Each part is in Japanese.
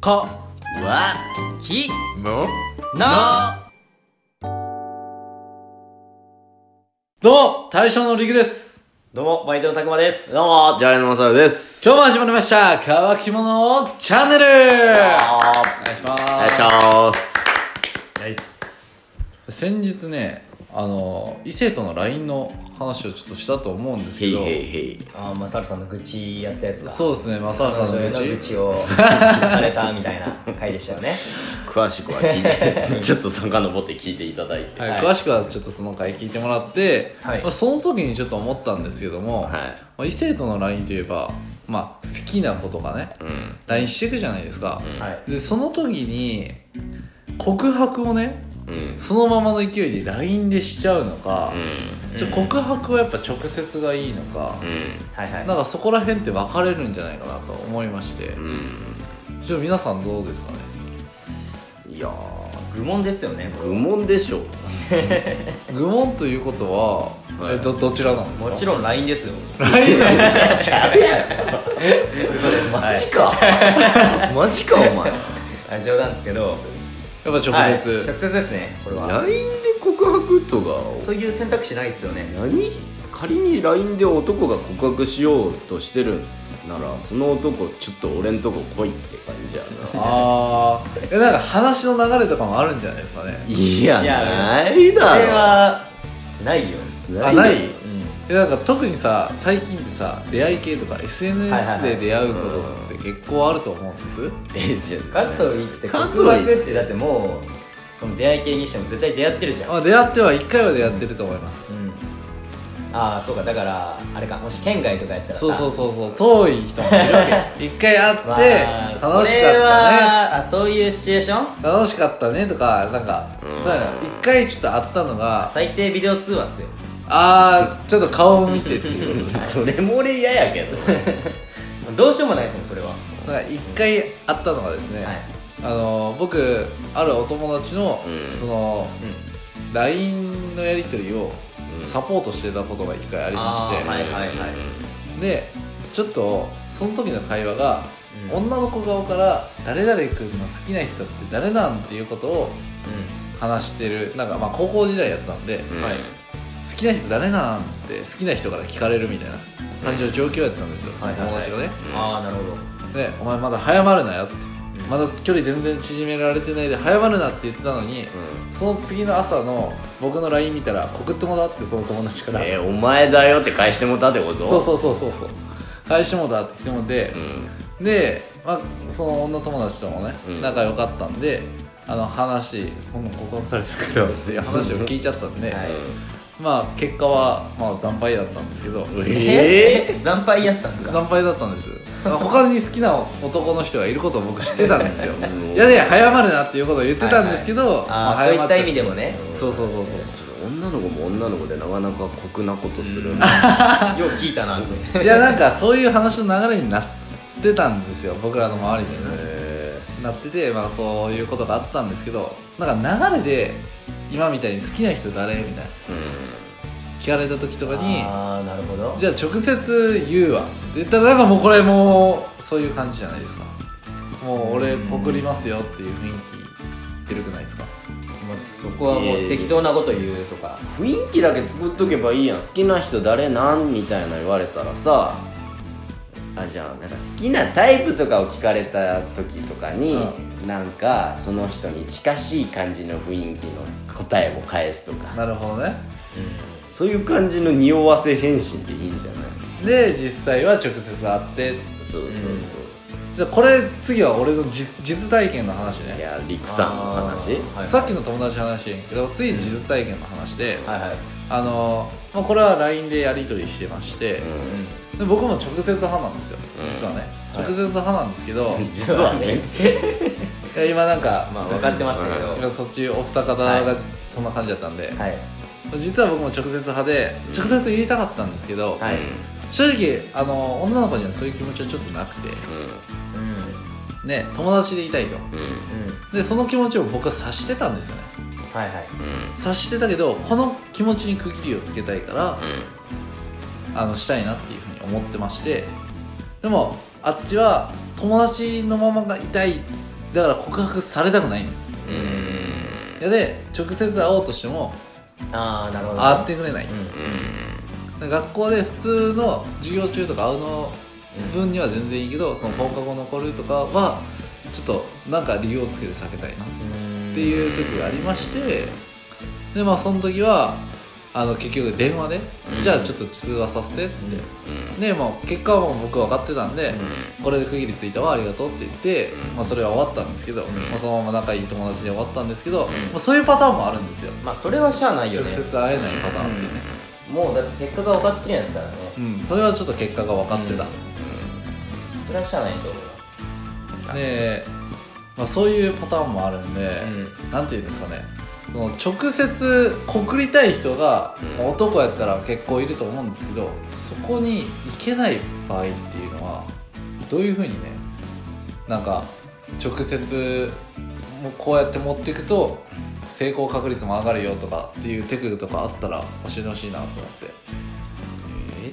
かわきもななどうも大将のりくですどうも、バイトのたくまです。どうもジャレのまさるです今日も始まりました乾き物チャンネルおお願いしま願いしますナイス。す先日ねあの異性との LINE の話をちょっとしたと思うんですへけいどへいへいああ、まさるさんの愚痴やったやつだ。そうですね正彼原さん女のの愚愚痴痴を聞かれたみたいな回でしたよね。詳しくは聞いてちょっと遡って聞いていただいてはいはい詳しくはちょっとその回聞いてもらって、はいまあ、その時にちょっと思ったんですけども、はいまあ異性との LINE といえば、まあ、好きな子とかねうん LINE していくじゃないですか、はい。でその時に告白をねうんそのままの勢いで LINE でしちゃうのかう、んちょ告白はやっぱ直接がいいのか、うんはいはい。なんかそこら辺って分かれるんじゃないかなと思いましてうちょっと皆さんどうですかねんいやー愚問ですよね、これ愚問でしょ愚問ということは、はいえどどちらなんですかもちろん LINE ですよ。 LINE なんですかマジかマジかお前あ冗談ですけど、やっぱ直接、はい直接ですね、これは。 LINE で告白とかそういう選択肢ないですよね。何仮に LINE で男が告白しようとしてるならその男ちょっと俺んとこ来いって感じやあーえなんか話の流れとかもあるんじゃないですかねないやいやないそれだは、ないよ。ろあないうん。えなんか特にさ最近ってさ出会い系とか SNS で出会うことって結構あると思うんです、えじゃあかといって、か告といって白って、だってもう、その出会い系にしても絶対出会ってるじゃん。あ出会っては1回は出会ってると思いますうん。ああ、そうか、だから、あれか、もし県外とかやったらさそうそうそうそう遠い人もいるわ け一回会って、まあ楽しそかっれたねはあそういうシチュエーション楽しかったねとかなんかうんそうやな一回ちょっと会ったのが最低ビデオ通話 っすよあーちょっと顔を見てっていうことそれも俺嫌やけど どうしようもないですもんそれは、なんか一回会ったのがですね、はいあの僕あるお友達の、うんその LINE のやり取りをうんサポートしてたことが一回ありまあしーて、はいはいはいでちょっとその時の会話が、うん女の子側から「誰々君の好きな人って誰なん?」っていうことを話してるなんかまあ高校時代やったんで、うんはい好きな人誰なんって好きな人から聞かれるみたいな感じの状況やったんですよ、その友達がね、ああなるほど、で「お前まだ早まるなよ」って、うんまだ距離全然縮められてないで早まるなって言ってたのに、その次の朝の僕の LINE 見たら告ってもらってその友達から、えお前だよって返してもらったってことそうそうそうそうそう返してもだって来てもらってう、んで、まあ、その女友達ともね、うん仲良かったんであの話こんなん告白されたけどっていう話を聞いちゃったんで、 はいまあ結果は、まあ、惨敗だったんですけどえええ 惨敗やったんですか惨敗だったんです他に好きな男の人がいることを僕知ってたん ですよんいやね早まるなっていうことを言ってたんですけど、まああ早そういまっちゃた意味でもね そうそうそうそう女の子も女の子でなかなか酷なことするよう聞いたなっていやなんかそういう話の流れになってたんですよ僕らの周りでね、えなってて、まあ、そういうことがあったんですけどなんか流れで今みたいに好きな人誰みたいなえ聞かれた時とかにああなるほどじゃあ直接言うわって言ったらなんかもうこれもうそういう感じじゃないですかもう俺告りますよっていう雰囲気出るくないですかもうそこはもう適当なこと言うとか雰囲気だけ作っとけばいいやん好きな人誰なんみたいな言われたらさあじゃあなんか好きなタイプとかを聞かれた時とかに、なんかその人に近しい感じの雰囲気の答えを返すとかなるほどねそういう感じの匂わせ返信でいいんじゃないで実際は直接会ってそうそうそう、じゃあこれ次は俺の実実体験の話いねやりくさんの話あーはいさっきの友達の話やんけど次に実体験の話で、はいはいあのまあ、これは LINE でやり取りしてまして、で僕も直接派なんですようん実はね、はい直接派なんですけど、うんい実はねや今なんか、まあ分かってましたけど今そっちお二方はがそんな感じだったんで、はい実は僕も直接派でうん直接言いたかったんですけど、はい正直あの女の子にはそういう気持ちはちょっとなくてうんうんね友達でいたいとでその気持ちを僕は察してたんですよねはいはいうんうんうん察してたけどこの気持ちに区切りをつけたいからあのしたいなっていうふうに思ってましてでもあっちは友達のままがいたいっだから告白されたくないんですうんいやで直接会おうとしてもああなるほど会ってくれないうん学校で普通の授業中とか会うの分には全然いいけどその放課後残るとかはちょっとなんか理由をつけて避けたいなっうんていう時がありましてでまあその時はあの結局電話でうんじゃあちょっと通話させてっつっうんてでもう結果はもう僕分かってたんでこれで区切りついたわありがとうって言ってうんまあそれは終わったんですけどんまあそのまま仲いい友達で終わったんですけどんまあそういうパターンもあるんですよまあそれはしゃあないよ直ね接会えないパターンっていうねもうだって結果が分かってるんやったらねうんそれはちょっと結果が分かってたうんそれはしゃあないと思いますで、まあ、そういうパターンもあるんで、なんていうんですかねその直接告りたい人が、うんまあ男やったら結構いると思うんですけどそこに行けない場合っていうのはどういうふうにねなんか直接もうこうやって持っていくと成功確率も上がるよとかっていうテクとかあったら教えてほしいなと思って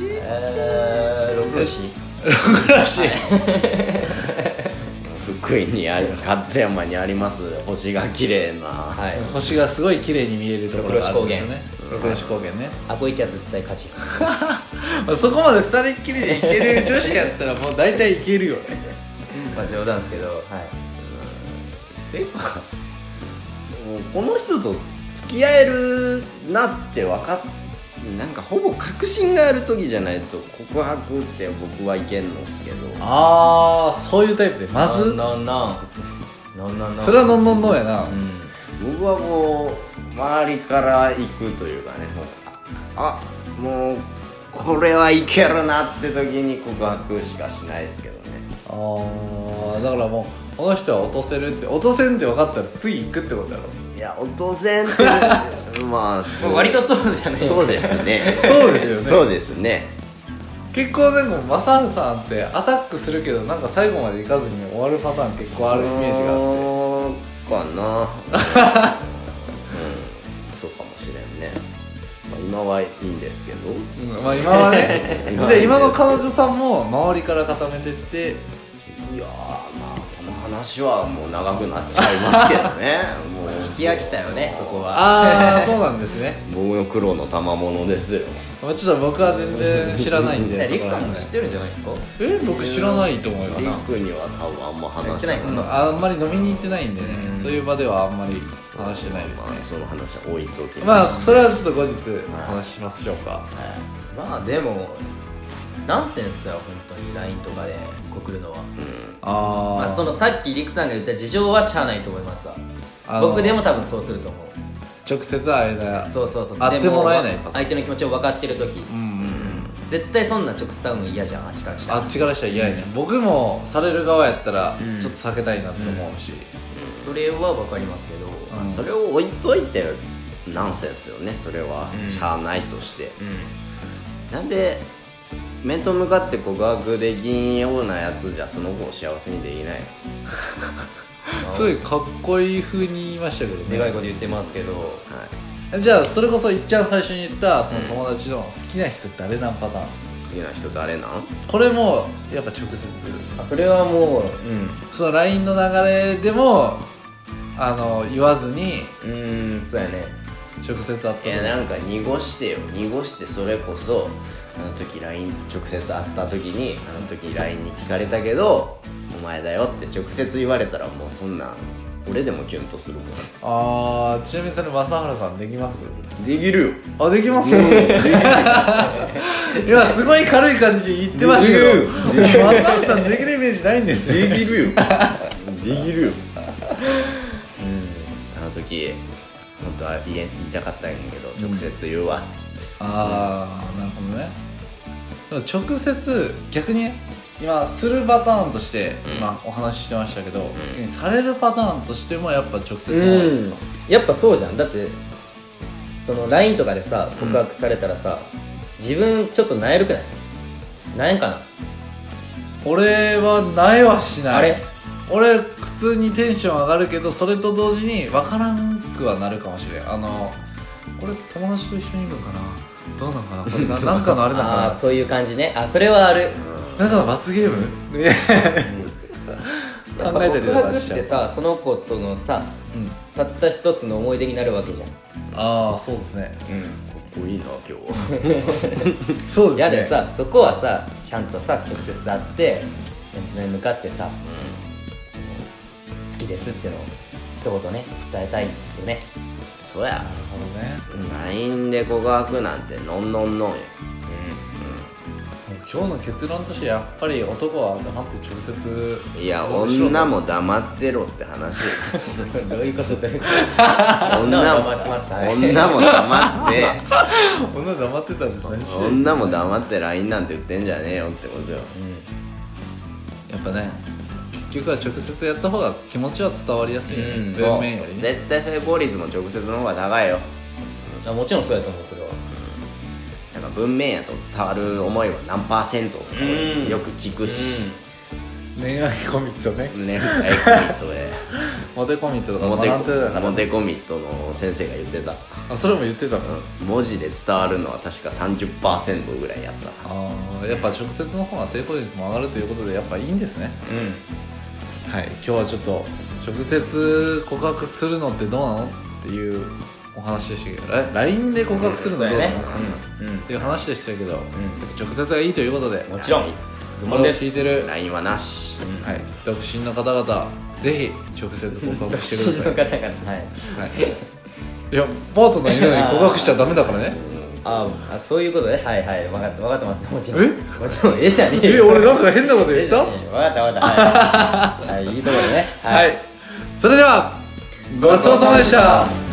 えー、6時 らしい福井にある勝山にあります星が綺麗なはい星がすごい綺麗に見えるところがあるんですよね六六甲原甲高原ねあこいきは絶対勝ちっすまあそこまで二人っきりでいける女子やったらもう大体いけるよねまあ冗談ですけどはいていうかもうこの人と付き合えるなって分かっなんかほぼ確信がある時じゃないと告白って僕はいけんのっすけどああそういうタイプでまずなんなんなんなんなんなんそれはのんのんのんやな、うん僕はもう周りから行くというかねもうあもうこれはいけるなって時に告白しかしないですけどねああだからもうこの人は落とせるって落とせんって分かったら次行くってことだろいや落とせんってまあそう 割とそうじゃないそうですねそうですよねそうですね結構でもマサルさんってアタックするけどなんか最後まで行かずに終わるパターン結構あるイメージがそうか なうんそうかもしれんね、まあ、今はいいんですけどうんまあ今はね今じゃはあ 今の彼女さんも周りから固めて っていやーまあこの話はもう長くなっちゃいますけど ねもう引き飽きたよねそこはああそうなんですね僕の苦労の賜物ですよまあちょっと僕は全然知ら ないんでえリクさんも知っそこてるんじゃないですから辺ねえ僕知らないと思いますリクには多分あんま話やってうないん、あんまり飲みに行ってないんでね、うんそういう場ではあんまり話してないですまあ、ね、その話は置いときままあすそれはちょっと後日話しましょうか、まあでもナンセンスは本当に LINE とかで告るのはあー、まあ、そのさっきリクさんが言った事情はしゃあないと思いますわあの僕でも多分そうすると思う直接会えないそうそうそう会ってもらえないとで相手の気持ちを分かってる時うんうんうん絶対そんな直接会うの嫌じゃんあっちからしたあらっちからしたら嫌やね、僕もされる側やったらうんちょっと避けたいなって思うし、それは分かりますけど、うんそれを置いといてナンセンスよねそれはうんしゃあないとして、うなんで面と向かって告白できんようなやつじゃその子を幸せにできないんすごいかっこいい風に言いましたけどでかいねこと言ってますけどはいじゃあそれこそいっちゃん最初に言ったその友達の好きな人誰なんパターン好きな人誰なんこれもやっぱ直接あそれはもうその LINE の流れでもあの言わずにうんうんそうやね直接会ったのいやなんか濁してよ濁してそれこそあの時 LINE 直接会った時にあの時 LINE に聞かれたけどお前だよって直接言われたらもうそんなん俺でもキュンとするもんあーちなみにそれ正原さんできますできるよあできます今すごい軽い感じで言ってましたけどでき正原さんできるイメージないんですよきるよできるようんあの時本当は言え言いたかったんやけど直接言うわっつって、ああなるほどねでも直接逆にね今するパターンとして、まあ、お話ししてましたけど、逆にされるパターンとしてもやっぱ直接の方がいいですか、やっぱそうじゃんだってその LINE とかでさ告白されたらさ、自分ちょっとなえるくないなえんかな俺は苗はしないあれ俺普通にテンション上がるけどそれと同時に分からんくはなるかもしれんあのこれ友達と一緒にいるのかなどうなのかなこれ ななんかのあれなのああかそういう感じねあそれはある ななんかの罰ゲームみたいな考えたり告とか白っしちゃてう、さその子とのさうん、たった一つの思い出になるわけじゃん、ああそうですねこいいな今日はそうでやすねでさそこはさちゃんとさ直接会って面と面向かってさ好きですってのを一言ね伝えたいよねそうやなるほどね LINE で告白なんてのんのんのんよ今日の結論としてやっぱり男は黙って直接いやどうしろと女も黙ってろっ て話よ どういうことどういうこ女も女も黙ってますはい女も黙 って女黙ってたんじゃないし女も黙って LINE なんて言ってんじゃねえよってことよと、うんやっぱね結局は直接やった方が気持ちは伝わりやすいね、うん文そう面よりね絶対成功率も直接の方が高いよあもちろんそうやと思うそれはなんか文面やと伝わる思いは何パーセントとかうんよく聞くし、恋愛コミットねね大コミッ トでモテコミットとかモ学んテでコたからモテコミットの先生が言ってた、あそれも言ってたの、うん文字で伝わるのは確か30%ぐらいやったああやっぱ直接の方が成功率も上がるということでやっぱいいんですねうんはい今日はちょっと直接告白するのってどうなのっていうお話でしたけどら LINE で告白するのどうなのかな、うんっていう話でしたけど、やっうぱ直接がいいということでんもちろんはい愚こ問れをです聞いてる、 LINE はなしうんはい、独身の方々ぜひ直接告白して ください独身の方々はいはい、いやパートナーいるのに告白しちゃダメだからねああそういうことねはいはい分かった分かってますもちろんえもちろんえじゃねえ俺なんか変なこと言えっじゃ たねえ分かった分かったはい、はい、いいところでねはい、それではごちそうさまでした